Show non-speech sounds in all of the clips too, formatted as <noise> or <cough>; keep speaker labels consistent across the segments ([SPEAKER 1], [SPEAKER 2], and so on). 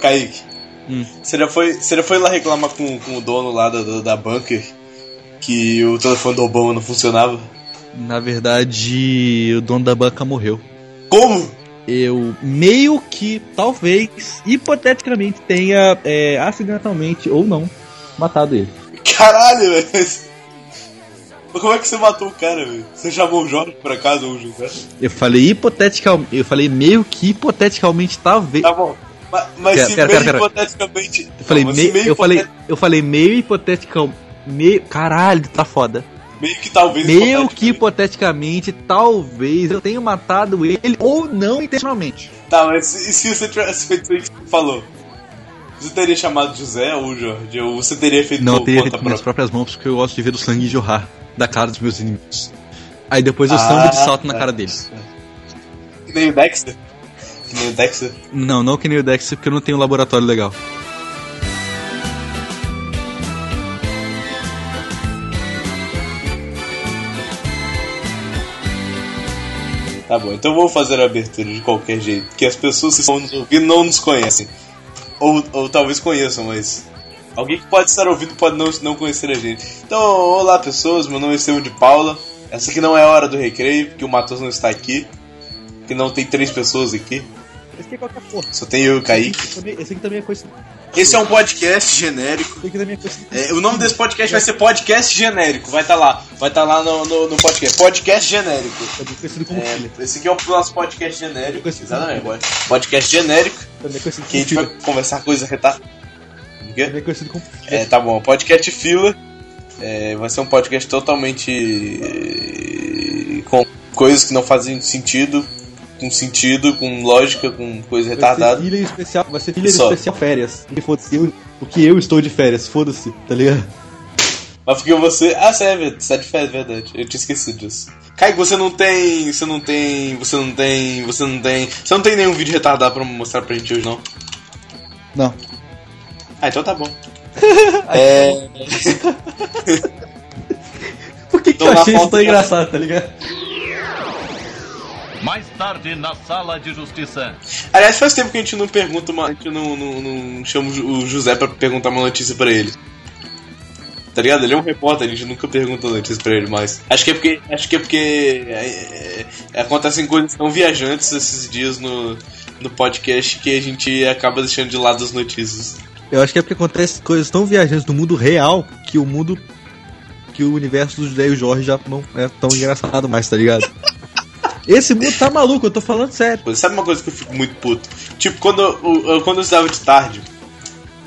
[SPEAKER 1] Kaique,
[SPEAKER 2] Hum.
[SPEAKER 1] você, já foi, você já foi lá reclamar com, com o dono lá da, da, da bunker que o telefone do Obama não funcionava?
[SPEAKER 2] Na verdade, o dono da banca morreu.
[SPEAKER 1] Como?
[SPEAKER 2] Eu meio que, talvez, hipoteticamente, tenha é, acidentalmente ou não matado ele.
[SPEAKER 1] Caralho, velho. Mas como é que você matou o cara, velho? Você chamou o Jorge por acaso ou o José?
[SPEAKER 2] Eu falei hipoteticamente, eu falei meio que hipoteticamente, talvez.
[SPEAKER 1] Tá bom. Ma- Mas,
[SPEAKER 2] Pera,
[SPEAKER 1] se
[SPEAKER 2] pera,
[SPEAKER 1] meio
[SPEAKER 2] pera, pera.
[SPEAKER 1] hipoteticamente.
[SPEAKER 2] Eu falei,
[SPEAKER 1] Não, mas se
[SPEAKER 2] meio, eu, falei,
[SPEAKER 1] hipote-
[SPEAKER 2] eu falei meio hipoteticamente. Meio, caralho, tá foda.
[SPEAKER 1] meio que talvez.
[SPEAKER 2] Meio que
[SPEAKER 1] hipoteticamente.
[SPEAKER 2] hipoteticamente, talvez eu tenha matado ele ou não intencionalmente.
[SPEAKER 1] Tá, mas se, se você tivesse <laughs> feito isso que você falou? Você teria chamado José ou o Jorge? Ou você teria feito
[SPEAKER 2] Não, eu
[SPEAKER 1] por
[SPEAKER 2] teria
[SPEAKER 1] conta
[SPEAKER 2] feito com minhas
[SPEAKER 1] própria?
[SPEAKER 2] próprias mãos porque eu gosto de ver o sangue jorrar da cara dos meus inimigos. Aí depois eu
[SPEAKER 1] Ah,
[SPEAKER 2] samba de salto na
[SPEAKER 1] tá.
[SPEAKER 2] cara deles.
[SPEAKER 1] Que nem o Dexter? Que nem o Dexter?
[SPEAKER 2] Não, não que nem o Dexter porque eu não tenho um laboratório legal.
[SPEAKER 1] Tá bom, então eu vou fazer a abertura de qualquer jeito, que as pessoas que estão nos ouvindo não nos conhecem. Ou, ou talvez conheçam, mas. Alguém que pode estar ouvindo pode não, não conhecer a gente. Então, olá pessoas, meu nome é Estevam de Paula. Essa aqui não é a hora do recreio, porque o Matheus não está aqui. Que não tem três pessoas aqui.
[SPEAKER 2] Esse aqui é qualquer porra.
[SPEAKER 1] Só tem eu e o Kaique.
[SPEAKER 2] Esse aqui também é coisa.
[SPEAKER 1] Esse é um podcast genérico.
[SPEAKER 2] Esse aqui também é coisa.
[SPEAKER 1] É, o nome desse podcast vai ser Podcast Genérico. Vai estar lá. Vai estar lá no, no, no podcast. Podcast Genérico.
[SPEAKER 2] Conhecido como
[SPEAKER 1] É,
[SPEAKER 2] filha.
[SPEAKER 1] esse aqui é o nosso podcast genérico.
[SPEAKER 2] Conhecido.
[SPEAKER 1] Exatamente. Podcast genérico.
[SPEAKER 2] Também é conhecido
[SPEAKER 1] Que a
[SPEAKER 2] como
[SPEAKER 1] gente vai
[SPEAKER 2] filha.
[SPEAKER 1] conversar coisa retada.
[SPEAKER 2] Também é conhecido como
[SPEAKER 1] tá? É, tá bom. Podcast fila. É, vai ser um podcast totalmente. eh, com coisas que não fazem sentido. Com sentido, com lógica, com coisa
[SPEAKER 2] Vai
[SPEAKER 1] retardada.
[SPEAKER 2] ser filha especial, vai ser filha
[SPEAKER 1] tá, Só.
[SPEAKER 2] especial férias. E foda-se, eu, o que eu estou de férias, foda-se, tá ligado?
[SPEAKER 1] Mas porque você. Ah, você é, verdade, você é de férias, verdade. Eu tinha esquecido disso. Kaique, você não tem. Você não tem. Você não tem. Você não tem. Você não tem nenhum vídeo retardado pra mostrar pra gente hoje, não.
[SPEAKER 2] Não.
[SPEAKER 1] Ah, então tá bom. é.
[SPEAKER 2] Por que, que
[SPEAKER 1] Então,
[SPEAKER 2] eu
[SPEAKER 1] na
[SPEAKER 2] achei isso
[SPEAKER 1] falta
[SPEAKER 2] tão
[SPEAKER 1] de-
[SPEAKER 2] engraçado, tá ligado?
[SPEAKER 3] Mais tarde na sala de justiça.
[SPEAKER 1] Aliás, faz tempo que a gente não pergunta uma. A gente não, não, não chama o Ju- o José pra perguntar uma notícia pra ele. Tá ligado? Ele é um repórter, a gente nunca pergunta notícias pra ele mais. Acho que é porque. Acho que é porque. é, é, acontecem coisas tão viajantes esses dias no, no podcast que a gente acaba deixando de lado as notícias.
[SPEAKER 2] Eu acho que é porque acontece coisas tão viajantes no mundo real que o mundo. que o universo do José e o Jorge já não é tão engraçado mais, tá <laughs> ligado? Esse mundo tá maluco, eu tô falando sério.
[SPEAKER 1] Pô, Tipo, Sabe uma coisa que eu fico muito puto? Tipo, quando eu, eu- quando eu estudava de tarde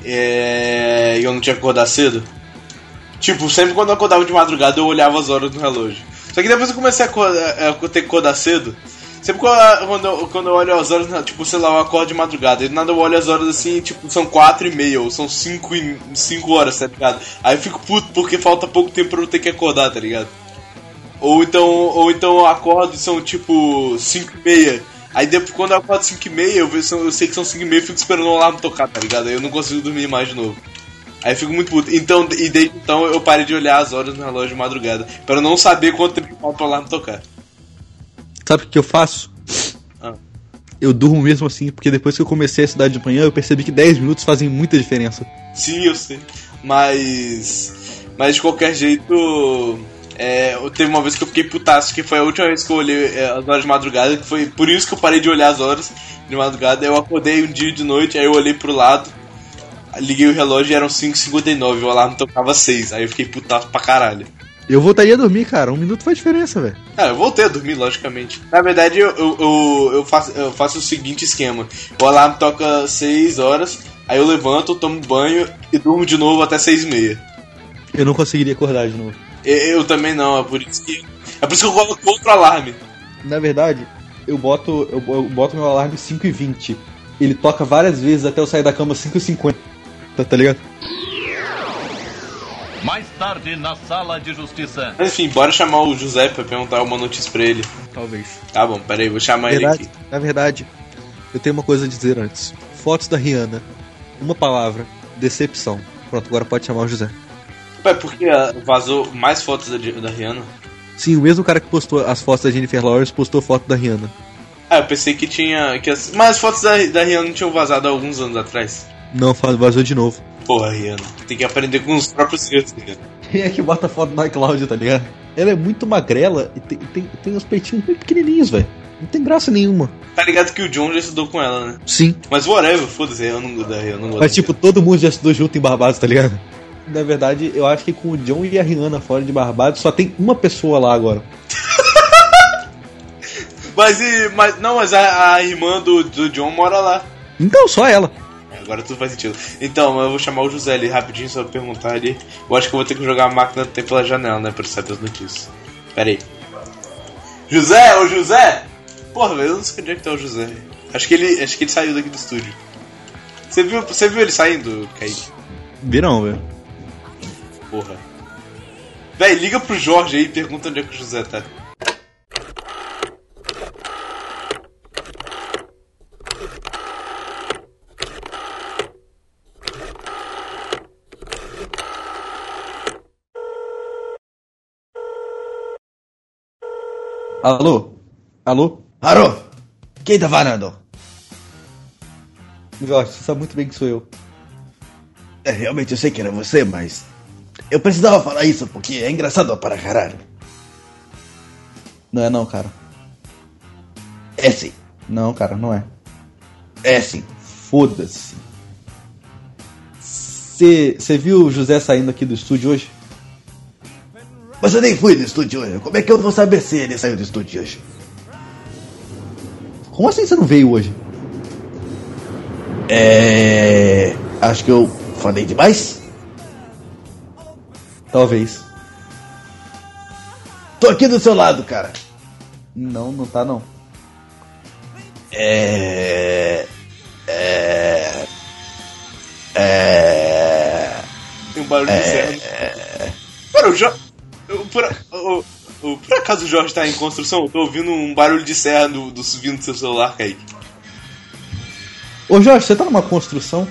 [SPEAKER 1] é, e eu não tinha que acordar cedo, tipo, sempre quando eu acordava de madrugada eu olhava as horas no relógio. Só que depois eu comecei a, acordar- a ter que acordar cedo. Sempre quando eu, quando eu- quando eu olho as horas, tipo, sei lá, eu acordo de madrugada, e do nada eu olho as horas assim, tipo, são quatro e meia, ou são cinco, e, cinco horas, tá ligado? Aí eu fico puto porque falta pouco tempo pra eu ter que acordar, tá ligado? Ou então, ou então eu acordo e são tipo 5 e meia. Aí depois, quando eu acordo 5 e meia, eu, vejo, são- eu sei que são 5 e meia, eu fico esperando o alarme tocar, tá ligado? Aí eu não consigo dormir mais de novo. Aí eu fico muito puto. Então, e desde então eu parei de olhar as horas no relógio de madrugada, pra eu não saber quanto tempo falta pro alarme tocar.
[SPEAKER 2] Sabe o que eu faço?
[SPEAKER 1] Ah.
[SPEAKER 2] Eu durmo mesmo assim, porque depois que eu comecei a estudar de manhã, eu percebi que 10 minutos fazem muita diferença.
[SPEAKER 1] Sim, eu sei. Mas. Mas de qualquer jeito. É, eu- teve uma vez que eu fiquei putaço, que foi a última vez que eu olhei é, as horas de madrugada, que foi por isso que eu parei de olhar as horas de madrugada. Eu acordei um dia de noite, aí eu olhei pro lado, liguei o relógio e eram 5h59, o alarme tocava 6, aí eu fiquei putaço pra caralho.
[SPEAKER 2] Eu voltaria a dormir, cara. Um minuto faz diferença, velho.
[SPEAKER 1] Ah, eu voltei a dormir, logicamente. Na verdade, eu, eu, eu, eu faço, eu faço o seguinte esquema: o alarme toca 6 horas, aí eu levanto, tomo banho e durmo de novo até 6 e meia.
[SPEAKER 2] Eu não conseguiria acordar de novo.
[SPEAKER 1] Eu, eu também não, é por isso que. É por isso que eu coloco outro alarme.
[SPEAKER 2] Na verdade, eu boto, eu, eu boto meu alarme 5 e 20. Ele toca várias vezes até eu sair da cama 5 e 50. Tá, tá ligado?
[SPEAKER 3] Mais tarde na sala de justiça.
[SPEAKER 1] Mas enfim, bora chamar o José pra perguntar uma notícia pra ele.
[SPEAKER 2] Talvez.
[SPEAKER 1] Tá bom, peraí, vou chamar ele aqui.
[SPEAKER 2] na verdade, eu tenho uma coisa a dizer antes. Fotos da Rihanna. Uma palavra. Decepção. Pronto, agora pode chamar o José.
[SPEAKER 1] Ué, porque ah, vazou mais fotos da, da Rihanna?
[SPEAKER 2] Sim, o mesmo cara que postou as fotos da Jennifer Lawrence postou foto da Rihanna.
[SPEAKER 1] Ah, eu pensei que tinha. Que as... Mas as fotos da, da Rihanna tinham vazado há alguns anos atrás.
[SPEAKER 2] Não, faz- vazou de novo.
[SPEAKER 1] Porra, Rihanna. Tem que aprender com os próprios erros, Rihanna.
[SPEAKER 2] <laughs> Quem é que bota foto no iCloud, tá ligado? Ela é muito magrela e tem, tem, tem os peitinhos bem pequenininhos, velho. Não tem graça nenhuma.
[SPEAKER 1] Tá ligado que o John já estudou com ela, né?
[SPEAKER 2] Sim.
[SPEAKER 1] Mas whatever, foda-se, eu não gosto da Rihanna. Não gosto
[SPEAKER 2] Mas,
[SPEAKER 1] da
[SPEAKER 2] tipo, todo mundo já estudou junto em Barbados, tá ligado? Na verdade, eu acho que com o John e a Rihanna fora de Barbados, só tem uma pessoa lá agora.
[SPEAKER 1] Rihanna. Mas e. Mas, não, mas a, a irmã do, do John mora lá.
[SPEAKER 2] Então, só ela.
[SPEAKER 1] Agora tudo faz sentido. Então, eu vou chamar o José ali rapidinho só pra perguntar ali. Eu acho que eu vou ter que jogar a máquina do tempo pela janela, né? Pra ele saber as notícias. Pera aí. José, ô José! Porra, velho, eu não sei onde é que tá o José. Acho que ele, acho que ele saiu daqui do estúdio. Você viu, você viu ele saindo, Kaique?
[SPEAKER 2] Virão, velho.
[SPEAKER 1] Porra. Véi, liga pro Jorge aí e pergunta onde é que o José tá.
[SPEAKER 2] Alô? Alô?
[SPEAKER 4] Alô? Quem tá falando?
[SPEAKER 2] Jorge, você sabe muito bem que sou eu.
[SPEAKER 4] É, realmente eu sei que era você, mas. Eu precisava falar isso porque é engraçado para caralho.
[SPEAKER 2] Não é não, cara.
[SPEAKER 4] É sim,
[SPEAKER 2] Não, cara, não é.
[SPEAKER 4] é sim.
[SPEAKER 2] Foda-se. Você viu o José saindo aqui do estúdio hoje?
[SPEAKER 4] Mas eu nem fui do estúdio hoje. Como é que eu vou saber se ele saiu do estúdio hoje?
[SPEAKER 2] Como assim você não veio hoje?
[SPEAKER 4] É. Acho que eu falei demais.
[SPEAKER 2] Talvez.
[SPEAKER 4] Tô aqui do seu lado, cara.
[SPEAKER 2] Não, não tá não.
[SPEAKER 4] É. É. É.
[SPEAKER 1] Tem um barulho de serra. Pera, o Jorge. Por, o- o- por acaso o Jorge tá em construção? Eu tô ouvindo um barulho de serra do, do, vindo do seu celular, Kaique.
[SPEAKER 2] Ô Jorge, você tá numa construção?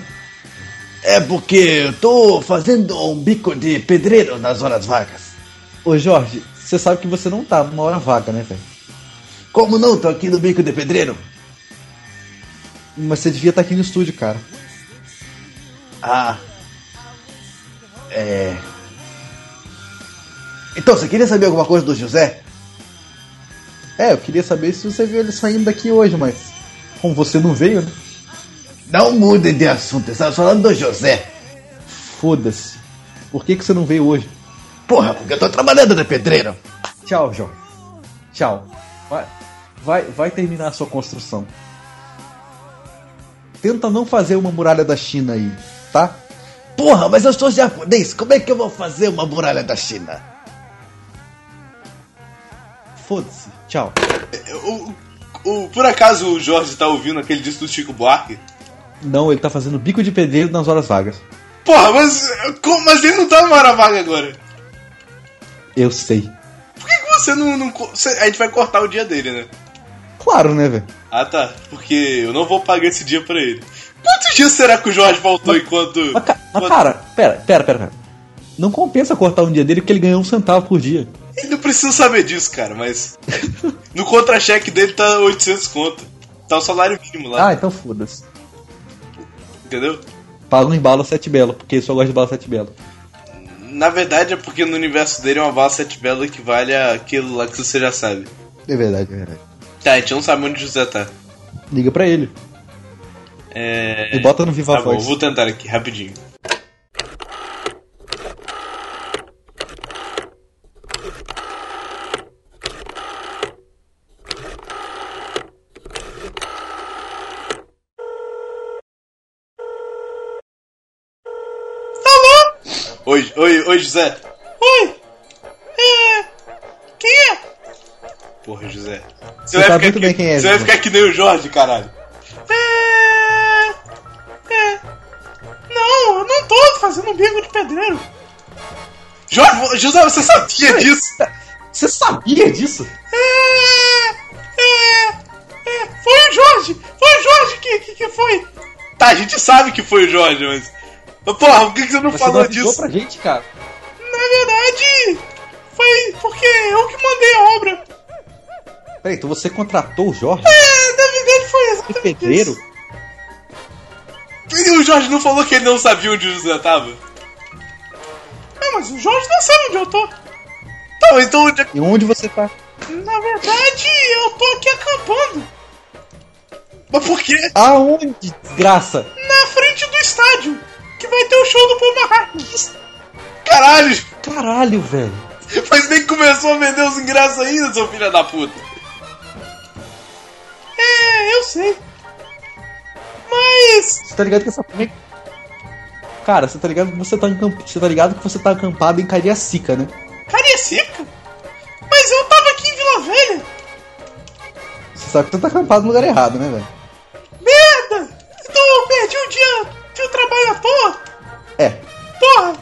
[SPEAKER 4] É porque eu tô fazendo um bico de pedreiro nas horas vagas.
[SPEAKER 2] Ô Jorge, você sabe que você não tá numa hora vaga, né, velho?
[SPEAKER 4] Como não? Tô aqui no bico de pedreiro.
[SPEAKER 2] Mas você devia estar aqui no estúdio, cara.
[SPEAKER 4] Ah. É. Então, você queria saber alguma coisa do José?
[SPEAKER 2] É, eu queria saber se você viu ele saindo daqui hoje, mas. Como você não veio, né?
[SPEAKER 4] Não mude de assunto, eu estava falando do José.
[SPEAKER 2] Foda-se. Por que, que você não veio hoje?
[SPEAKER 4] Porra, porque eu tô trabalhando de pedreiro.
[SPEAKER 2] Tchau, Jorge. Tchau. Vai, vai, vai terminar a sua construção. Tenta não fazer uma muralha da China aí, tá?
[SPEAKER 4] Porra, mas eu sou japonês, como é que eu vou fazer uma muralha da China?
[SPEAKER 2] Foda-se. Tchau.
[SPEAKER 1] O, o- por acaso o Jorge tá ouvindo aquele disco do Chico Buarque?
[SPEAKER 2] Não, ele tá fazendo bico de pedreiro nas horas vagas.
[SPEAKER 1] Porra, mas, como, mas ele não tá no Maravaga agora.
[SPEAKER 2] Eu sei.
[SPEAKER 1] Por que, que você não. não co- você- a gente vai cortar o dia dele, né?
[SPEAKER 2] Claro, né, velho?
[SPEAKER 1] Ah tá, porque eu não vou pagar esse dia pra ele. Quantos dias será que o Jorge voltou enquanto.
[SPEAKER 2] Mas, ca- mas, cara, pera, pera, pera, pera. Não compensa cortar um dia dele porque ele ganhou um centavo por dia.
[SPEAKER 1] Ele não precisa saber disso, cara, mas. no contra-cheque dele tá 800 conto. Tá o salário mínimo lá,
[SPEAKER 2] Ah, então foda-se. Ah.
[SPEAKER 1] entendeu?
[SPEAKER 2] Paga um embalo sete belo, porque ele só gosta de bala sete belo.
[SPEAKER 1] Na verdade é porque no universo dele é uma bala 7 bela que vale aquilo lá que você já sabe.
[SPEAKER 2] É verdade, é verdade.
[SPEAKER 1] Tá, a gente não sabe onde o José tá.
[SPEAKER 2] Liga pra ele.
[SPEAKER 1] É.
[SPEAKER 2] E bota no Viva
[SPEAKER 1] Tá bom,
[SPEAKER 2] Voz.
[SPEAKER 1] vou tentar aqui, rapidinho. Oi, oi, oi, José. Oi. É, Quem é? Porra, José. Você,
[SPEAKER 2] sabe muito
[SPEAKER 1] que-
[SPEAKER 2] bem quem é,
[SPEAKER 1] Você vai
[SPEAKER 2] José.
[SPEAKER 1] ficar que nem o Jorge, caralho. É... É... Não, eu não tô fazendo bico de pedreiro. Jorge, José, você sabia disso?
[SPEAKER 2] Você sabia disso?
[SPEAKER 1] É, é, é, foi o Jorge! Foi o Jorge que, que, que foi! Tá, a gente sabe que foi o Jorge, mas. Mas, Porra, por que, que você não
[SPEAKER 2] Mas
[SPEAKER 1] falou
[SPEAKER 2] não avisou
[SPEAKER 1] disso?
[SPEAKER 2] pra gente, cara.
[SPEAKER 1] Na verdade, foi porque eu que mandei a obra.
[SPEAKER 5] Peraí, então você contratou o Jorge?
[SPEAKER 1] É, na verdade foi
[SPEAKER 5] Que pedreiro?
[SPEAKER 1] E o Jorge não falou que ele não sabia onde o José tava? É, mas o Jorge não sabe onde eu tô. Então, então, onde é que-
[SPEAKER 5] E onde você tá?
[SPEAKER 1] na verdade, eu tô aqui acampando. Mas por quê? Tá
[SPEAKER 5] Aonde, desgraça?
[SPEAKER 1] Na frente do estádio, que vai ter o show do Paul McCartney. Caralho,
[SPEAKER 5] Caralho, velho.
[SPEAKER 1] mas nem começou a vender os ingressos ainda, seu filho da puta. É, eu sei. Mas...
[SPEAKER 5] Você tá ligado que essa porra é- Cara, você tá ligado que você tá, encamp... você tá ligado que você tá acampado em Cariacica, né?
[SPEAKER 1] Cariacica? Mas eu tava aqui em Vila Velha.
[SPEAKER 5] Você sabe que você tá acampado no lugar errado, né, velho?
[SPEAKER 1] Merda! Então eu perdi um dia de um trabalho à toa?
[SPEAKER 5] É.
[SPEAKER 1] Porra!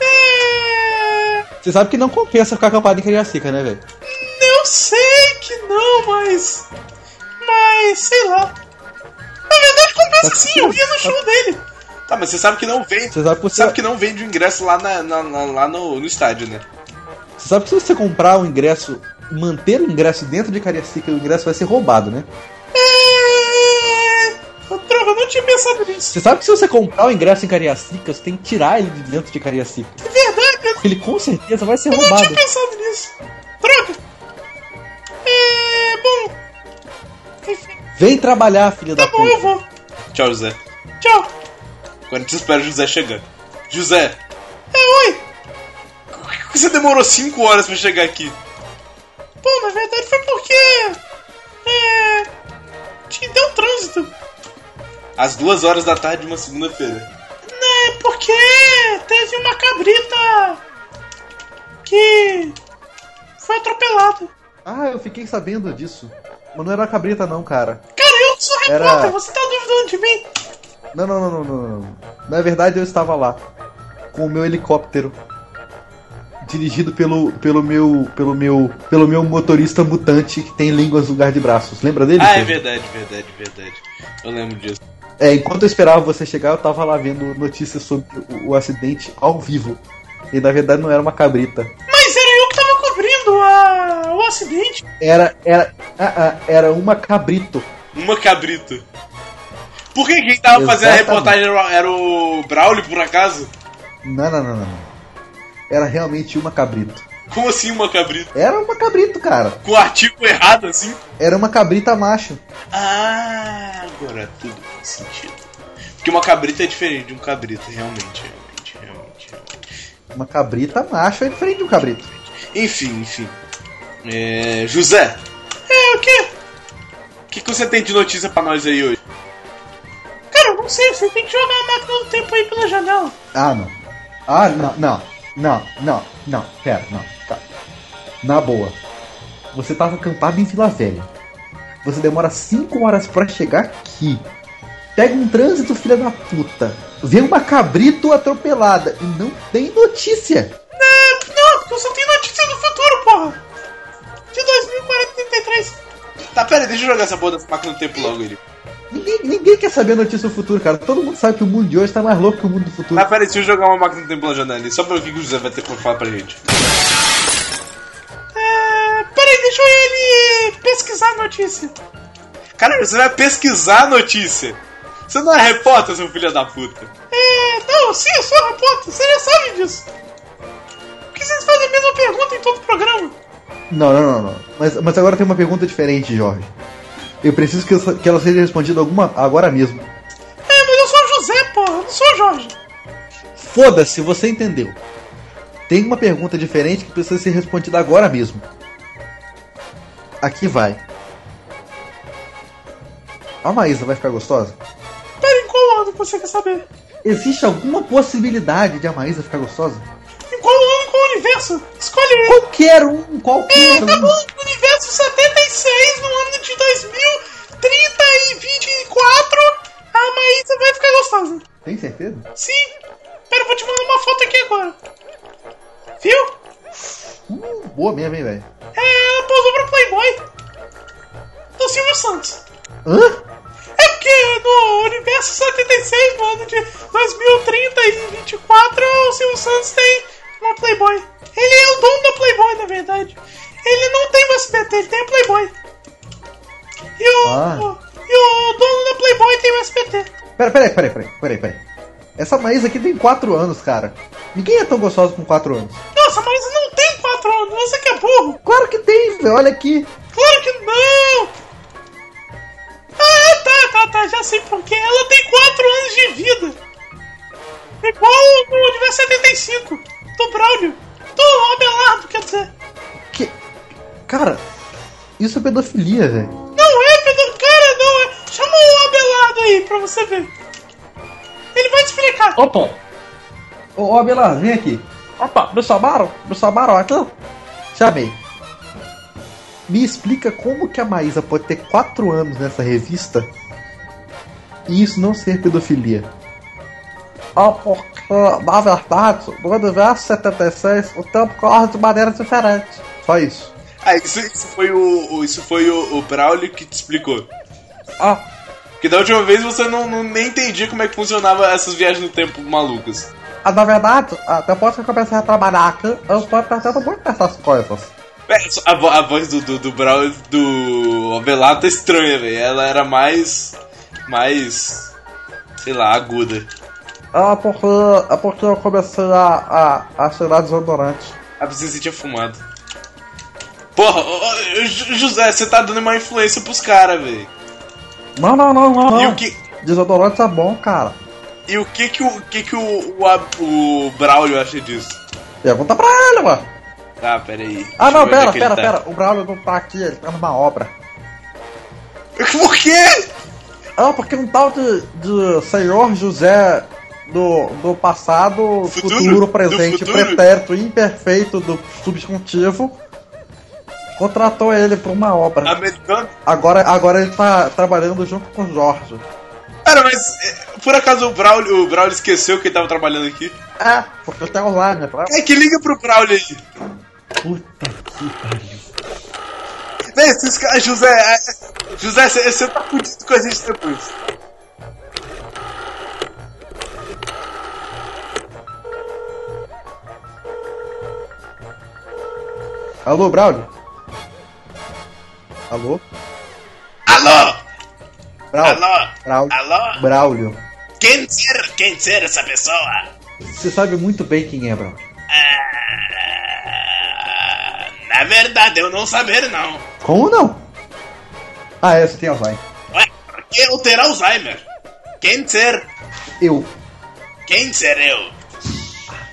[SPEAKER 1] É...
[SPEAKER 5] Você sabe que não compensa ficar acampado em Cariacica, né, velho?
[SPEAKER 1] Eu sei que não, mas... Mas, sei lá. Na verdade, compensa sim, eu ia no show dele. Tá, mas você sabe que não vende.
[SPEAKER 5] Você sabe que,
[SPEAKER 1] Você
[SPEAKER 5] você...
[SPEAKER 1] sabe que não vende o ingresso lá, na, na- na- lá no, no estádio, né?
[SPEAKER 5] Você sabe que se você comprar o ingresso, manter o ingresso dentro de Cariacica, o ingresso vai ser roubado, né?
[SPEAKER 1] É... Droga, eu não tinha pensado nisso.
[SPEAKER 5] Você sabe que se você comprar o ingresso em Cariacica, você tem que tirar ele de dentro de Cariacica.
[SPEAKER 1] É verdade, é eu
[SPEAKER 5] Porque ele com certeza vai ser
[SPEAKER 1] não
[SPEAKER 5] roubado.
[SPEAKER 1] tinha pensado nisso. Droga! É... Bom... Enfim...
[SPEAKER 5] Vem trabalhar, filha da
[SPEAKER 1] Tá bom, eu
[SPEAKER 5] puta.
[SPEAKER 1] vou. Tchau, José. Tchau. Agora a gente espera o José chegar. José! É, oi! Você demorou 5 horas pra chegar aqui. Bom, na verdade foi porque. É. Te deu trânsito. Às duas horas da tarde de uma segunda-feira. É porque teve uma cabrita que foi atropelada.
[SPEAKER 5] Ah, eu fiquei sabendo disso. Mas não era cabrita não, cara.
[SPEAKER 1] Cara, eu sou
[SPEAKER 5] Era-
[SPEAKER 1] repórter, você tá duvidando de mim?
[SPEAKER 5] Não, não, não, não, não, não. Na verdade, eu estava lá com o meu helicóptero dirigido pelo pelo meu pelo meu pelo meu motorista mutante que tem línguas no lugar de braços. Lembra dele?
[SPEAKER 1] Ah, é
[SPEAKER 5] Pedro?
[SPEAKER 1] verdade, verdade, verdade. Eu lembro disso.
[SPEAKER 5] É, enquanto eu esperava você chegar, eu tava lá vendo notícias sobre o, o acidente ao vivo. E na verdade não era uma cabrita.
[SPEAKER 1] Mas era eu que tava cobrindo a... o acidente.
[SPEAKER 5] Era era ah, ah, era uma cabrito.
[SPEAKER 1] Uma cabrito. Por que quem tava fazendo a
[SPEAKER 5] Exatamente.
[SPEAKER 1] reportagem era o- era o Braulio, por acaso?
[SPEAKER 5] Não, não, não, não. não. Era realmente uma cabrito.
[SPEAKER 1] Como assim uma cabrito?
[SPEAKER 5] Era uma cabrito, cara.
[SPEAKER 1] Com o artigo errado, assim?
[SPEAKER 5] Era uma cabrita macho.
[SPEAKER 1] Ah, agora tudo faz sentido. Porque uma cabrita é diferente de um cabrito, realmente, realmente, realmente. realmente.
[SPEAKER 5] Uma cabrita macho é diferente de um cabrito.
[SPEAKER 1] Enfim, enfim. É, José. É, o quê? O que, que você tem de notícia pra nós aí hoje? Cara, eu não sei, você tem que jogar a máquina do tempo aí pela janela.
[SPEAKER 5] Ah, não. Ah, não, não. Não, não, não. Pera, não. Tá. Na boa. Você tava acampado em Vila Velha. Você demora 5 horas pra chegar aqui. Pega um trânsito, filha da puta. Vê uma cabrito atropelada e não tem notícia.
[SPEAKER 1] Não, porque eu só tenho notícia do futuro, porra! De 2043. Tá, pera, deixa eu jogar essa porra dessa máquina do tempo logo ele.
[SPEAKER 5] Ninguém, ninguém quer saber a notícia do futuro, cara. Todo mundo sabe que o mundo de hoje tá mais louco que o mundo do futuro.
[SPEAKER 1] Tá, pera, deixa eu jogar uma máquina do tempo pela janela ali, só pra ver o que que o José vai ter pra falar pra gente. É. Peraí, deixa ele pesquisar a notícia. Caralho, você vai pesquisar a notícia. Você não é repórter, seu filho da puta. É. Não, sim, eu sou repórter, você já sabe disso. Por que vocês fazem a mesma pergunta em todo programa?
[SPEAKER 5] Não, não, não, não. Mas, mas agora tem uma pergunta diferente, Jorge. Eu preciso que, essa- que ela seja respondida alguma agora mesmo.
[SPEAKER 1] É, mas eu sou o José, porra, eu não sou o Jorge.
[SPEAKER 5] Foda-se, você entendeu. Tem uma pergunta diferente que precisa ser respondida agora mesmo. Aqui vai. A Maísa vai ficar gostosa?
[SPEAKER 1] Pera, em qual ano que você quer saber?
[SPEAKER 5] Existe alguma possibilidade de a Maísa ficar gostosa?
[SPEAKER 1] Em qual ano, em qual universo? Escolhe aí.
[SPEAKER 5] Qualquer um, qualquer
[SPEAKER 1] Tá
[SPEAKER 5] um.
[SPEAKER 1] bom, no universo 76, no ano de 2030 e 24, a Maísa vai ficar gostosa.
[SPEAKER 5] Tem certeza?
[SPEAKER 1] Sim. Pera, eu vou te mandar uma foto aqui agora. Viu?
[SPEAKER 5] Hum, boa mesmo, hein, velho.
[SPEAKER 1] É, ela posou pra Playboy. Do Silvio Santos.
[SPEAKER 5] Hã?
[SPEAKER 1] É porque no universo 76, no ano de 2030 e 24, o Silvio Santos tem uma Playboy. Ele é o dono da Playboy, na verdade. Ele não tem mais PT, ele tem a Playboy. E o,
[SPEAKER 5] Ah.
[SPEAKER 1] e o dono da Playboy tem mais PT.
[SPEAKER 5] Pera, pera, pera, pera, pera, pera. Essa Maísa aqui tem 4 anos, cara. Ninguém é tão gostoso com 4 anos.
[SPEAKER 1] Nossa, mas não tem quatro anos, você que é burro.
[SPEAKER 5] Claro que tem, velho. Olha aqui.
[SPEAKER 1] Claro que não! Ah, tá, tá, tá, já sei porquê. Ela tem 4 anos de vida. É Igual no universo 75, do Braulio, do Abelardo, quer dizer.
[SPEAKER 5] Que. Cara, isso é pedofilia, velho.
[SPEAKER 1] Não é, Pedro, cara, não é. Chama o Abelardo aí pra você ver. Ele vai te explicar.
[SPEAKER 5] Opa! Ô, ô Abelardo, vem aqui. Opa, meu Samaro? Meu Samaro aqui? Chamei. Me explica como que a Maísa pode ter 4 anos nessa revista e isso não ser pedofilia. Ah, porque, na verdade, no universo 76, o tempo corre de maneira diferente. Só isso.
[SPEAKER 1] Ah, isso, foi o. Isso foi o, Braulio que te explicou.
[SPEAKER 5] Ah,
[SPEAKER 1] Que da última vez você não, nem entendia como é que funcionava essas viagens no tempo malucas.
[SPEAKER 5] Ah, na verdade, ah, depois que eu comecei a trabalhar aqui, eu estou pensando muito nessas coisas.
[SPEAKER 1] É, a, vo- a voz do, do, do Braulio do Abelardo tá estranha, velho. Ela era mais. mais. sei lá, aguda.
[SPEAKER 5] Ah, porque, é porque eu comecei a, a, a cheirar desodorante.
[SPEAKER 1] A precisa tinha fumado. Porra, ô, ô, Ju- José, você tá dando uma influência pros caras, velho.
[SPEAKER 5] Não, não, não, não,
[SPEAKER 1] E
[SPEAKER 5] não.
[SPEAKER 1] o que.
[SPEAKER 5] Desodorante é bom, cara.
[SPEAKER 1] E o que que o, o que que o, o, Ab- o Braulio acha disso?
[SPEAKER 5] Pergunta pra ele, ué.
[SPEAKER 1] Tá, peraí.
[SPEAKER 5] Ah,
[SPEAKER 1] Deixa eu
[SPEAKER 5] não,
[SPEAKER 1] ver onde é
[SPEAKER 5] pera,
[SPEAKER 1] que ele
[SPEAKER 5] pera,
[SPEAKER 1] tá.
[SPEAKER 5] pera. O Braulio não tá aqui, ele tá numa obra.
[SPEAKER 1] <laughs> Por quê?
[SPEAKER 5] Ah, porque um tal de, de senhor José do, do passado,
[SPEAKER 1] Futuro?
[SPEAKER 5] futuro,
[SPEAKER 1] Do
[SPEAKER 5] presente,
[SPEAKER 1] futuro?
[SPEAKER 5] pretérito, imperfeito do subjuntivo contratou ele pra uma obra.
[SPEAKER 1] Americano?
[SPEAKER 5] Agora, agora ele tá trabalhando junto com o Jorge.
[SPEAKER 1] Cara, mas é, por acaso o Braulio, o Braulio esqueceu que ele tava trabalhando aqui?
[SPEAKER 5] É, porque tem online, tá?
[SPEAKER 1] É que liga pro Braulio aí.
[SPEAKER 5] Puta que pariu.
[SPEAKER 1] Vê, esses caras, José. é- José, você tá fudido com a gente depois.
[SPEAKER 5] Alô, Braulio? Alô?
[SPEAKER 1] Alô?
[SPEAKER 5] Braulio?
[SPEAKER 1] Alô?
[SPEAKER 5] Braulio?
[SPEAKER 1] Alô?
[SPEAKER 5] Braulio?
[SPEAKER 1] Quem ser, quem ser essa pessoa?
[SPEAKER 5] Você sabe muito bem quem é, Braulio.
[SPEAKER 1] Ah, Na verdade, eu não saber, não.
[SPEAKER 5] Como não? Ah, é, você tem Alzheimer.
[SPEAKER 1] Ué, porque eu ter Alzheimer. Quem ser?
[SPEAKER 5] Eu.
[SPEAKER 1] Quem ser eu?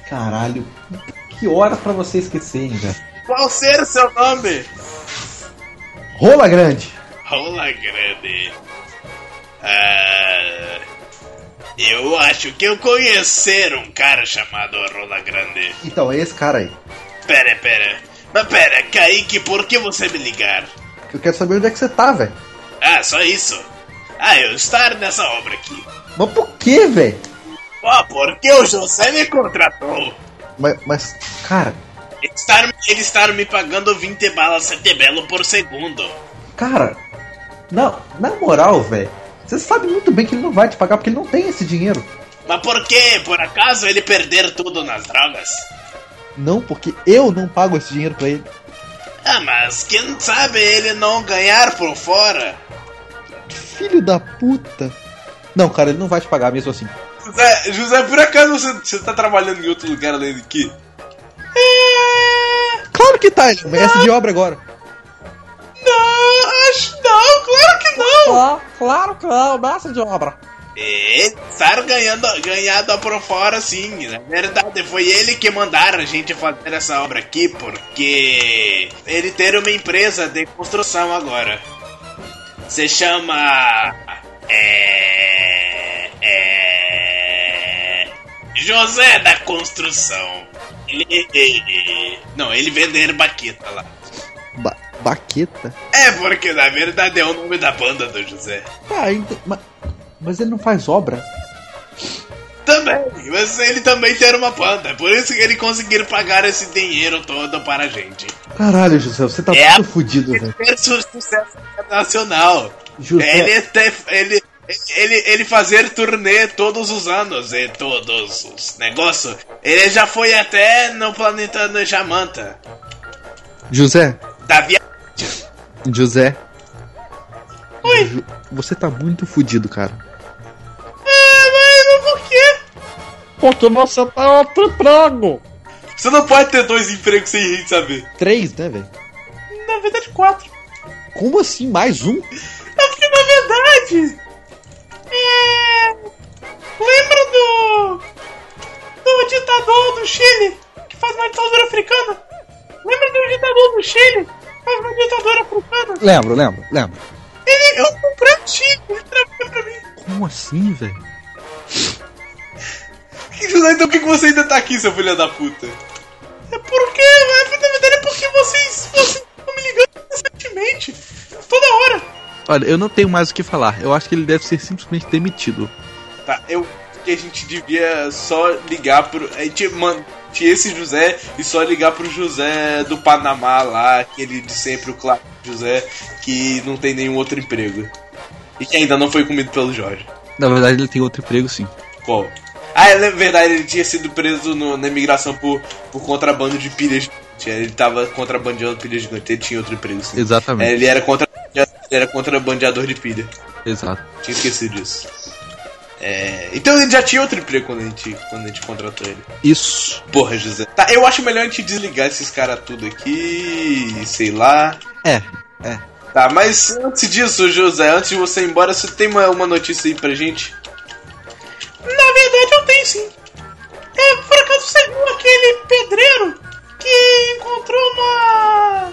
[SPEAKER 5] Caralho. Que hora pra você esquecer, hein, velho?
[SPEAKER 1] Qual ser seu nome?
[SPEAKER 5] Rola grande.
[SPEAKER 1] Rola grande. Ah, eu acho que eu conhecer um cara chamado Rola Grande.
[SPEAKER 5] Então, é esse cara aí.
[SPEAKER 1] Pera, pera. Mas pera, Kaique, por que você me ligar?
[SPEAKER 5] Eu quero saber onde é que você tá, velho.
[SPEAKER 1] Ah, só isso. Ah, eu estar nessa obra aqui.
[SPEAKER 5] Mas por quê, velho?
[SPEAKER 1] Ó, porque o José me contratou.
[SPEAKER 5] Mas, mas, cara,
[SPEAKER 1] Ele estar, ele estar me pagando 20 balas setebelo por segundo.
[SPEAKER 5] Cara, não, na moral, velho, você sabe muito bem que ele não vai te pagar porque ele não tem esse dinheiro.
[SPEAKER 1] Mas por que, por acaso, ele perder tudo nas drogas?
[SPEAKER 5] Não, porque eu não pago esse dinheiro pra ele.
[SPEAKER 1] Ah, mas quem sabe ele não ganhar por fora?
[SPEAKER 5] Filho da puta. Não, cara, ele não vai te pagar mesmo assim.
[SPEAKER 1] José, José por acaso você, você tá trabalhando em outro lugar além daqui?
[SPEAKER 5] Claro que tá, ele mestre de obra agora.
[SPEAKER 1] Não, acho não, claro que não!
[SPEAKER 5] Claro, claro que não, mestre de obra.
[SPEAKER 1] estar É, ganhando, ganhado por fora, sim. Na verdade, foi ele que mandaram a gente fazer essa obra aqui, porque ele ter uma empresa de construção agora. Se chama. É. É. José da Construção. Ele. Não, ele vender baqueta lá.
[SPEAKER 5] Ba baqueta?
[SPEAKER 1] É porque na verdade é o nome da banda do José.
[SPEAKER 5] Tá, ent... ma- mas ele não faz obra?
[SPEAKER 1] Também, mas ele também tem uma banda, por isso que ele conseguiu pagar esse dinheiro todo para a gente.
[SPEAKER 5] Caralho, José, você tá
[SPEAKER 1] É.
[SPEAKER 5] muito fudido,
[SPEAKER 1] Ele
[SPEAKER 5] velho.
[SPEAKER 1] ter su- sucesso internacional.
[SPEAKER 5] José,
[SPEAKER 1] Ele, ter, ele, ele, ele fazer turnê todos os anos e todos os negócios. Ele já foi até no planeta no Jamanta.
[SPEAKER 5] José,
[SPEAKER 1] Davi.
[SPEAKER 2] José. Ju- Você tá muito fudido, cara.
[SPEAKER 1] Ah, Mas por quê?
[SPEAKER 2] Porque você tá outro emprego.
[SPEAKER 1] Você não pode ter dois empregos sem gente saber.
[SPEAKER 2] Três, né, velho?
[SPEAKER 1] Na verdade, quatro.
[SPEAKER 2] Como assim? Mais um?
[SPEAKER 1] É porque, na verdade. É. Lembra do. Do ditador do Chile que faz uma ditadura africana? Lembra do ditador do Chile que faz uma ditadura africana?
[SPEAKER 2] Lembro, lembro, lembro.
[SPEAKER 1] Ele é um pratinho, ele trabalha pra mim.
[SPEAKER 2] Como assim, velho?
[SPEAKER 1] Então por que que você ainda tá aqui, seu filho da puta? É porque, é, na verdade, é porque vocês, vocês estão me ligando incessantemente. Toda hora.
[SPEAKER 2] Olha, eu não tenho mais o que falar. Eu acho que ele deve ser simplesmente demitido.
[SPEAKER 1] Tá, eu acho que a gente devia só ligar pro. A gente manter esse José e só ligar pro José do Panamá lá, aquele de sempre, o Cláudio José, que não tem nenhum outro emprego. E que ainda não foi comido pelo Jorge.
[SPEAKER 2] Na verdade, ele tem outro emprego, sim.
[SPEAKER 1] Qual? Ah, é verdade, ele tinha sido preso no- na imigração por, por contrabando de pilhas gigantes. Ele tava contrabandeando pilhas gigantes, ele tinha outro emprego sim. É,
[SPEAKER 2] Exatamente.
[SPEAKER 1] Ele era, contra, ele era contrabandeador de pilha.
[SPEAKER 2] Exato.
[SPEAKER 1] Tinha esquecido disso. É, então ele já tinha outro emprego quando a, gente, quando a gente contratou ele.
[SPEAKER 2] Isso.
[SPEAKER 1] Porra, José. Tá, eu acho melhor a gente desligar esses caras tudo aqui, sei lá.
[SPEAKER 2] É.
[SPEAKER 1] Tá, mas antes disso, José, antes de você ir embora, você tem uma, uma notícia aí pra gente? Na verdade, eu tenho sim. É, por acaso você viu aquele pedreiro que encontrou uma.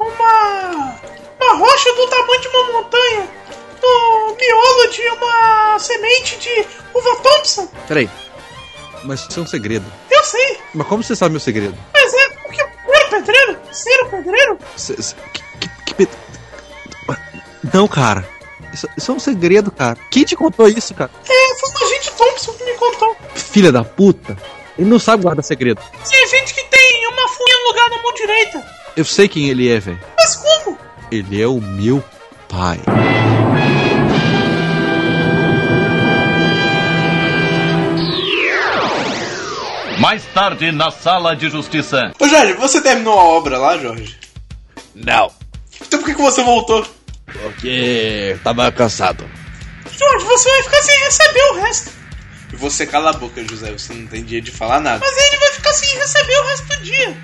[SPEAKER 1] uma. uma rocha do tamanho de uma montanha no miolo de uma semente de uva Thompson?
[SPEAKER 2] Peraí. Mas isso é um segredo.
[SPEAKER 1] Eu sei,
[SPEAKER 2] Mas como você sabe meu segredo?
[SPEAKER 1] mas é porque eu era pedreiro, ser o pedreiro.
[SPEAKER 2] C- c- que- que- que pe- Não, cara. Isso, isso é um segredo, cara. Quem te contou isso, cara?
[SPEAKER 1] É, foi o agente Thompson que me contou.
[SPEAKER 2] Filha da puta. Ele não sabe guardar segredo.
[SPEAKER 1] Tem gente que tem uma funha no lugar da mão direita.
[SPEAKER 2] Eu sei quem ele é, velho.
[SPEAKER 1] Mas como?
[SPEAKER 2] Ele é o meu pai.
[SPEAKER 6] Mais tarde na sala de justiça.
[SPEAKER 1] Ô Jorge, você terminou a obra lá, Jorge?
[SPEAKER 4] Não,
[SPEAKER 1] Então por que, que você voltou?
[SPEAKER 4] porque tava cansado.
[SPEAKER 1] Jorge, você vai ficar sem receber o resto. E você cala a boca, José, você não tem dia de falar nada. Mas ele vai ficar sem receber o resto do dia.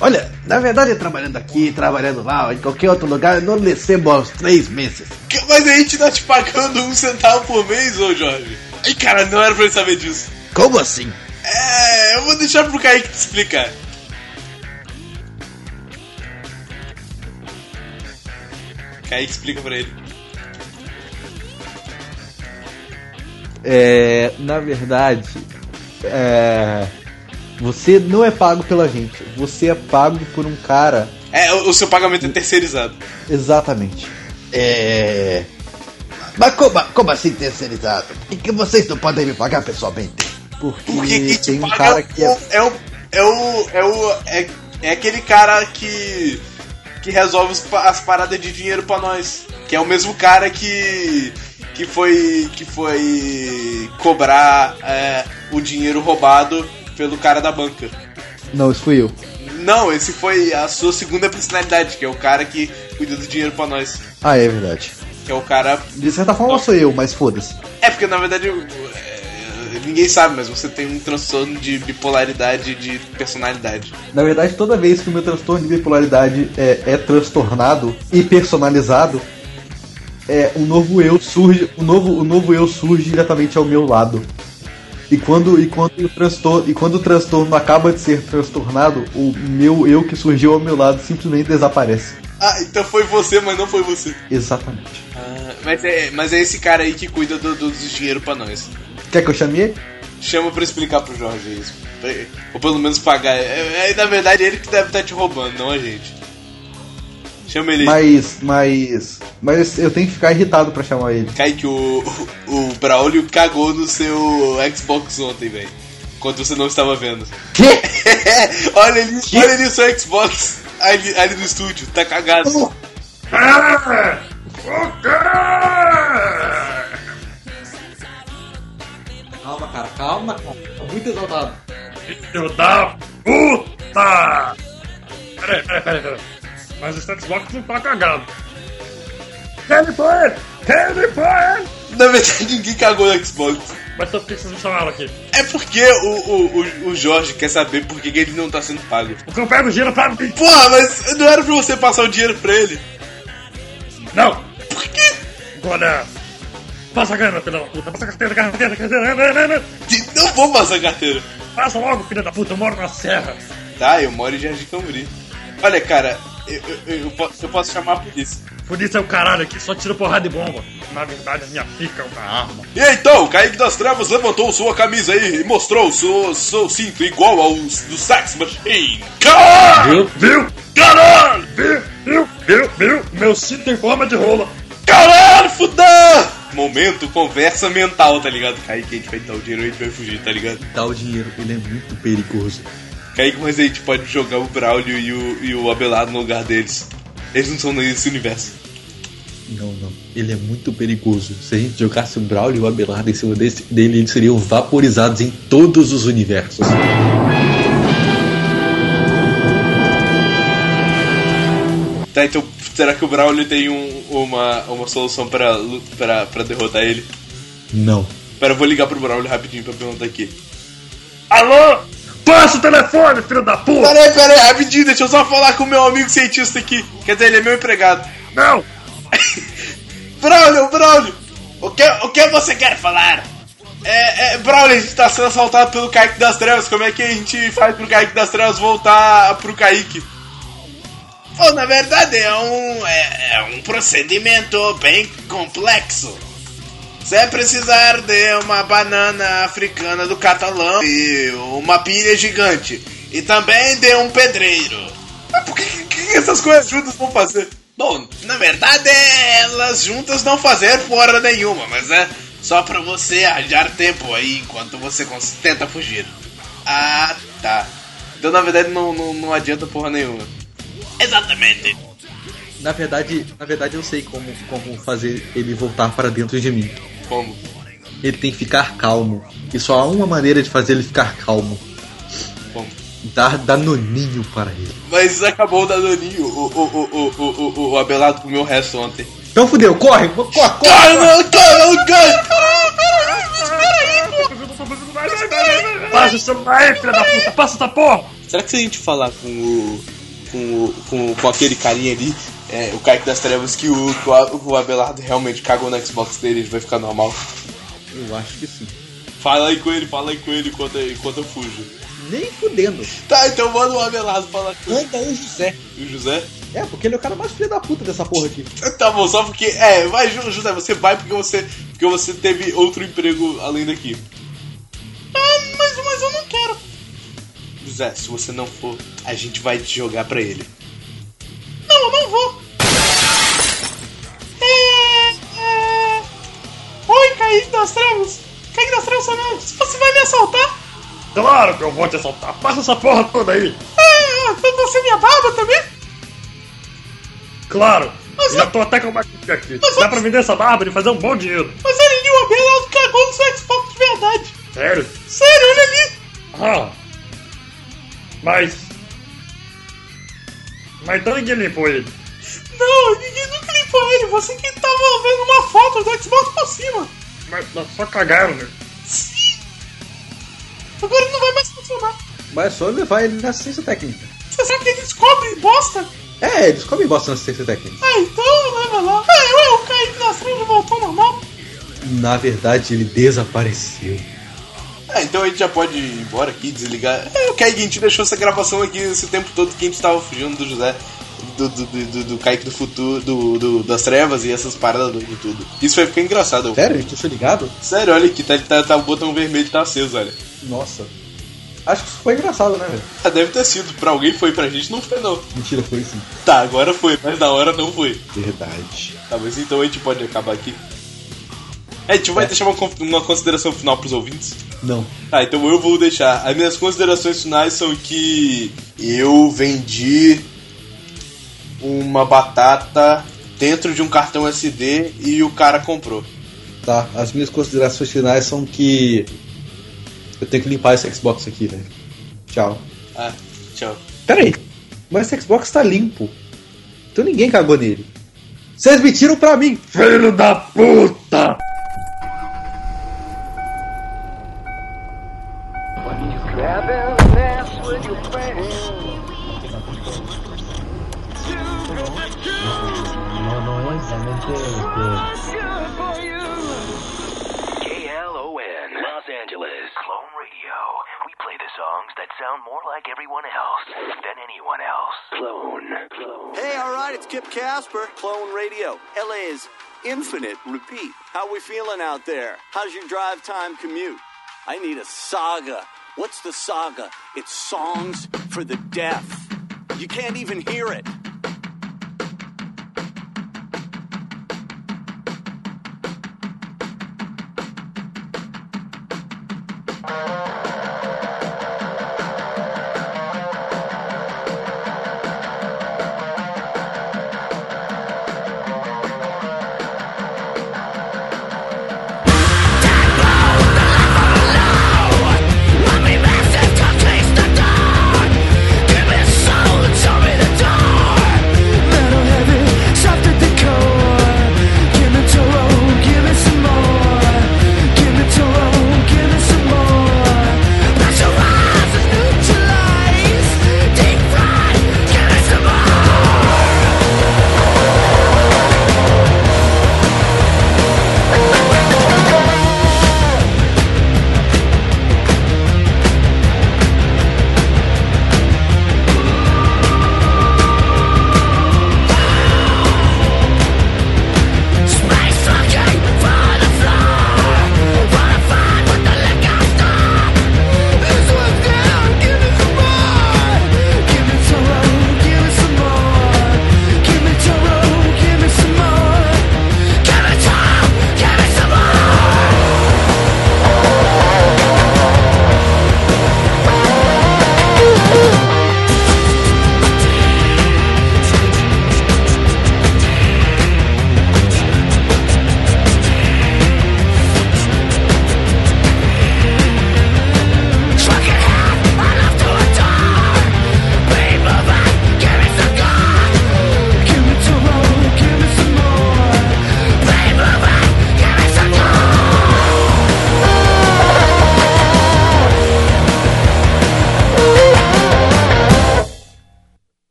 [SPEAKER 4] Olha, na verdade, trabalhando aqui, trabalhando lá, em qualquer outro lugar, eu não recebo há uns três meses.
[SPEAKER 1] Mas a gente tá te pagando um centavo por mês, ô Jorge. Ai, cara, não era pra ele saber disso.
[SPEAKER 4] Como assim?
[SPEAKER 1] É, eu vou deixar pro Kaique te explicar. Kaique explica pra ele.
[SPEAKER 5] É, na verdade, é, você não é pago pela gente, você é pago por um cara.
[SPEAKER 1] É, o, o seu pagamento é terceirizado.
[SPEAKER 5] Exatamente.
[SPEAKER 4] É. Mas como, como assim terceirizado? E que vocês não podem me pagar pessoalmente?
[SPEAKER 5] Porque,
[SPEAKER 1] Porque quem te
[SPEAKER 5] tem um
[SPEAKER 1] paga
[SPEAKER 5] cara que é.
[SPEAKER 1] é o. É o. É o. É, é aquele cara que. que resolve os pa- as paradas de dinheiro pra nós. Que é o mesmo cara que. que foi. que foi. cobrar é, o dinheiro roubado pelo cara da banca.
[SPEAKER 5] Não, isso fui eu.
[SPEAKER 1] Não, esse foi a sua segunda personalidade, que é o cara que cuida do dinheiro pra nós.
[SPEAKER 5] Ah, é verdade.
[SPEAKER 1] Que é o cara.
[SPEAKER 5] De certa forma sou eu, mas foda-se.
[SPEAKER 1] É porque na verdade. eu- é, Ninguém sabe, mas você tem um transtorno de bipolaridade de personalidade.
[SPEAKER 5] Na verdade, toda vez que o meu transtorno de bipolaridade é, é transtornado e personalizado, é, um novo eu surge, um novo, um novo eu surge diretamente ao meu lado. E quando, e, quando o transtorno, e quando o transtorno acaba de ser transtornado, o meu eu que surgiu ao meu lado simplesmente desaparece.
[SPEAKER 1] Ah, então foi você, mas não foi você.
[SPEAKER 5] Exatamente.
[SPEAKER 1] Ah, mas, é, mas é esse cara aí que cuida do, do, do dinheiro pra nós.
[SPEAKER 5] Quer que eu chame ele?
[SPEAKER 1] Chama pra explicar pro Jorge isso. Pra- Ou pelo menos pagar. É, é, na verdade, ele que deve estar te roubando, não a gente. Chama ele. aí.
[SPEAKER 5] Mas, mas, mas eu tenho que ficar irritado pra chamar ele.
[SPEAKER 1] Kaique, o, o Braulio cagou no seu Xbox ontem, velho. Enquanto você não estava vendo.
[SPEAKER 5] Que?
[SPEAKER 1] <laughs> olha ali, olha ali o seu Xbox. Ali, ali no estúdio, tá cagado.
[SPEAKER 5] Calma, cara, calma, cara. Tá muito exaltado.
[SPEAKER 7] Filho da puta! Peraí, peraí, peraí, peraí. Mas o Xbox não tá cagado. Teleporte! Teleporte!
[SPEAKER 1] Na verdade, ninguém cagou no Xbox.
[SPEAKER 7] Mas só por que vocês me chamaram aqui?
[SPEAKER 1] É porque o, o, o, o Jorge quer saber por que que ele não tá sendo pago.
[SPEAKER 7] Porque eu pego dinheiro pra mim.
[SPEAKER 1] Porra, mas não era pra você passar o dinheiro pra ele?
[SPEAKER 7] Não!
[SPEAKER 1] Por quê?
[SPEAKER 7] Agora... Passa a grana, filho da puta. Passa a carteira, carteira, carteira. né, né, né.
[SPEAKER 1] Que- Não vou passar carteira.
[SPEAKER 7] Passa logo, filho da puta. Eu moro na serra.
[SPEAKER 1] Tá, eu moro em Jardim Cambri. Olha, cara, eu, eu, eu, po- eu posso chamar a polícia.
[SPEAKER 7] Por isso é o caralho aqui. Só tira porrada e bomba. Na verdade, a minha pica é uma arma.
[SPEAKER 1] E aí, então, Kaique das Trevas levantou sua camisa aí e mostrou seu, seu cinto igual ao do Sax Machine. Caralho!
[SPEAKER 7] Viu? Viu? Caralho! Viu? Viu? Viu? Viu? Meu cinto tem forma de rola.
[SPEAKER 1] Caralho, fudão! Momento, conversa mental, tá ligado? Kaique, a gente vai dar o dinheiro, a gente vai fugir, tá ligado?
[SPEAKER 2] Dá o dinheiro, ele é muito perigoso.
[SPEAKER 1] Kaique, mas a gente pode jogar o Braulio e o, e o Abelardo no lugar deles. Eles não são nesse universo.
[SPEAKER 2] Não, não. Ele é muito perigoso. Se a gente jogasse o Braulio e o Abelardo em cima desse- dele, eles seriam vaporizados em todos os universos.
[SPEAKER 1] Tá, então será que o Braulio tem um- uma, uma solução pra, lu- pra, pra derrotar ele?
[SPEAKER 2] Não.
[SPEAKER 1] Pera, eu vou ligar pro Braulio rapidinho pra perguntar aqui.
[SPEAKER 7] Alô? Passa o telefone, filho da puta!
[SPEAKER 1] Pera aí, pera aí, rapidinho, deixa eu só falar com o meu amigo cientista aqui. Quer dizer, ele é meu empregado.
[SPEAKER 7] Não!
[SPEAKER 1] Braulio, Braulio! O que, o que você quer falar? É, é, Braulio, a gente tá sendo assaltado pelo Kaique das Trevas. Como é que a gente faz pro Kaique das Trevas voltar pro Kaique? Bom, na verdade é um, é, é um procedimento bem complexo. Você vai é precisar de uma banana africana do catalão e uma pilha gigante. E também de um pedreiro. Mas por que, que- que essas coisas juntas vão fazer? Bom, na verdade elas juntas não fazer fora nenhuma, mas é só pra você arranjar tempo aí enquanto você cons- tenta fugir. Ah, tá. Então na verdade não, não, não adianta porra nenhuma. Exatamente.
[SPEAKER 2] Na verdade, na verdade eu sei como, como fazer ele voltar para dentro de mim.
[SPEAKER 1] Como?
[SPEAKER 2] Ele tem que ficar calmo. E só há uma maneira de fazer ele ficar calmo.
[SPEAKER 1] Como?
[SPEAKER 2] Dar danoninho para ele.
[SPEAKER 1] Mas acabou o Danoninho, o, o, o, o, o, o, o Abelardo comeu o resto ontem.
[SPEAKER 2] Então fudeu, corre, corre, corre.
[SPEAKER 1] Corre, meu, corre, meu, corre!
[SPEAKER 7] Passa o celular aí, filho da puta! Passa essa porra!
[SPEAKER 1] Será que se a gente falar com o. com, o- com, com aquele carinha ali, é, o Kaique das Trevas, que o, que o A- o Abelardo realmente cagou no Xbox dele, ele vai ficar normal?
[SPEAKER 2] Eu acho que sim.
[SPEAKER 1] Fala aí com ele, fala aí com ele enquanto, enquanto eu fujo.
[SPEAKER 2] Nem fudendo.
[SPEAKER 1] Tá, então manda o Abelardo falar com ele.
[SPEAKER 2] Anda o José.
[SPEAKER 1] E o José?
[SPEAKER 2] É, porque ele é o cara mais filho da puta dessa porra aqui.
[SPEAKER 1] <laughs> Tá bom, só porque. É, vai, Ju- José, você vai porque você. Porque você teve outro emprego além daqui. Ah, mas, mas eu não quero. José, se você não for, a gente vai te jogar pra ele. Não, eu não vou. É, é... Oi, Kaique das Trevas. Kaique das Trevas, você vai me assaltar?
[SPEAKER 7] Claro que eu vou te assaltar! Passa essa porra toda aí!
[SPEAKER 1] É, você me barba também?
[SPEAKER 7] Claro! Já tô até com uma pica aqui. Dá pra vender essa barba e fazer um bom dinheiro.
[SPEAKER 1] Mas ele viu a Bela cagou no seu Xbox de verdade.
[SPEAKER 7] Sério?
[SPEAKER 1] Sério, olha ali.
[SPEAKER 7] Ah. Mas... Mas então ninguém limpou ele.
[SPEAKER 1] Não, ninguém nunca limpou ele. Você que tava vendo uma foto do Xbox pra cima.
[SPEAKER 7] Mas mas só cagaram, né?
[SPEAKER 1] Sim. Agora não vai mais funcionar.
[SPEAKER 2] Mas é só levar ele na ciência técnica.
[SPEAKER 1] Você sabe que ele descobre bosta?
[SPEAKER 2] É, eles comem bosta na ciência técnica.
[SPEAKER 1] Ah, então leva lá. Ah, ué, o Kaique na frente voltou normal.
[SPEAKER 2] Na verdade, ele desapareceu.
[SPEAKER 1] Ah, então a gente já pode ir embora aqui, desligar. É, o Kaique, a gente deixou essa gravação aqui esse tempo todo que a gente tava fugindo do José. Do, do, do, do- do Kaique do futuro, do, do- das trevas e essas paradas doidas e tudo. Isso vai ficar engraçado.
[SPEAKER 2] Sério? Eu tinha ligado?
[SPEAKER 1] Sério, olha aqui, tá, tá, tá- o botão vermelho tá aceso, olha.
[SPEAKER 2] Nossa. Acho que isso foi engraçado, né, velho?
[SPEAKER 1] Ah, deve ter sido, pra alguém foi, pra gente não foi não.
[SPEAKER 2] Mentira, foi sim.
[SPEAKER 1] Tá, agora foi, mas na hora não foi.
[SPEAKER 2] Verdade.
[SPEAKER 1] Tá, mas então a gente pode acabar aqui. É, a gente vai deixar uma, con- uma consideração final pros ouvintes?
[SPEAKER 2] Não.
[SPEAKER 1] Tá, então eu vou deixar. As minhas considerações finais são que eu vendi uma batata dentro de um cartão SD e o cara comprou.
[SPEAKER 2] Tá, as minhas considerações finais são que. Eu tenho que limpar esse Xbox aqui, velho. Tchau.
[SPEAKER 1] Ah, tchau.
[SPEAKER 2] Pera aí. Mas esse Xbox tá limpo. Então ninguém cagou nele. Vocês mentiram pra mim.
[SPEAKER 7] Filho da puta!
[SPEAKER 8] KLON, Los Angeles, Clone Radio. We play the songs that sound more like everyone else than anyone else. Clone. Clone.
[SPEAKER 3] Hey, all right, it's Kip Casper, Clone Radio, LA's Infinite Repeat. How we feeling out there? How's your drive time commute? I need a saga. What's the saga? It's songs for the deaf. You can't even hear it.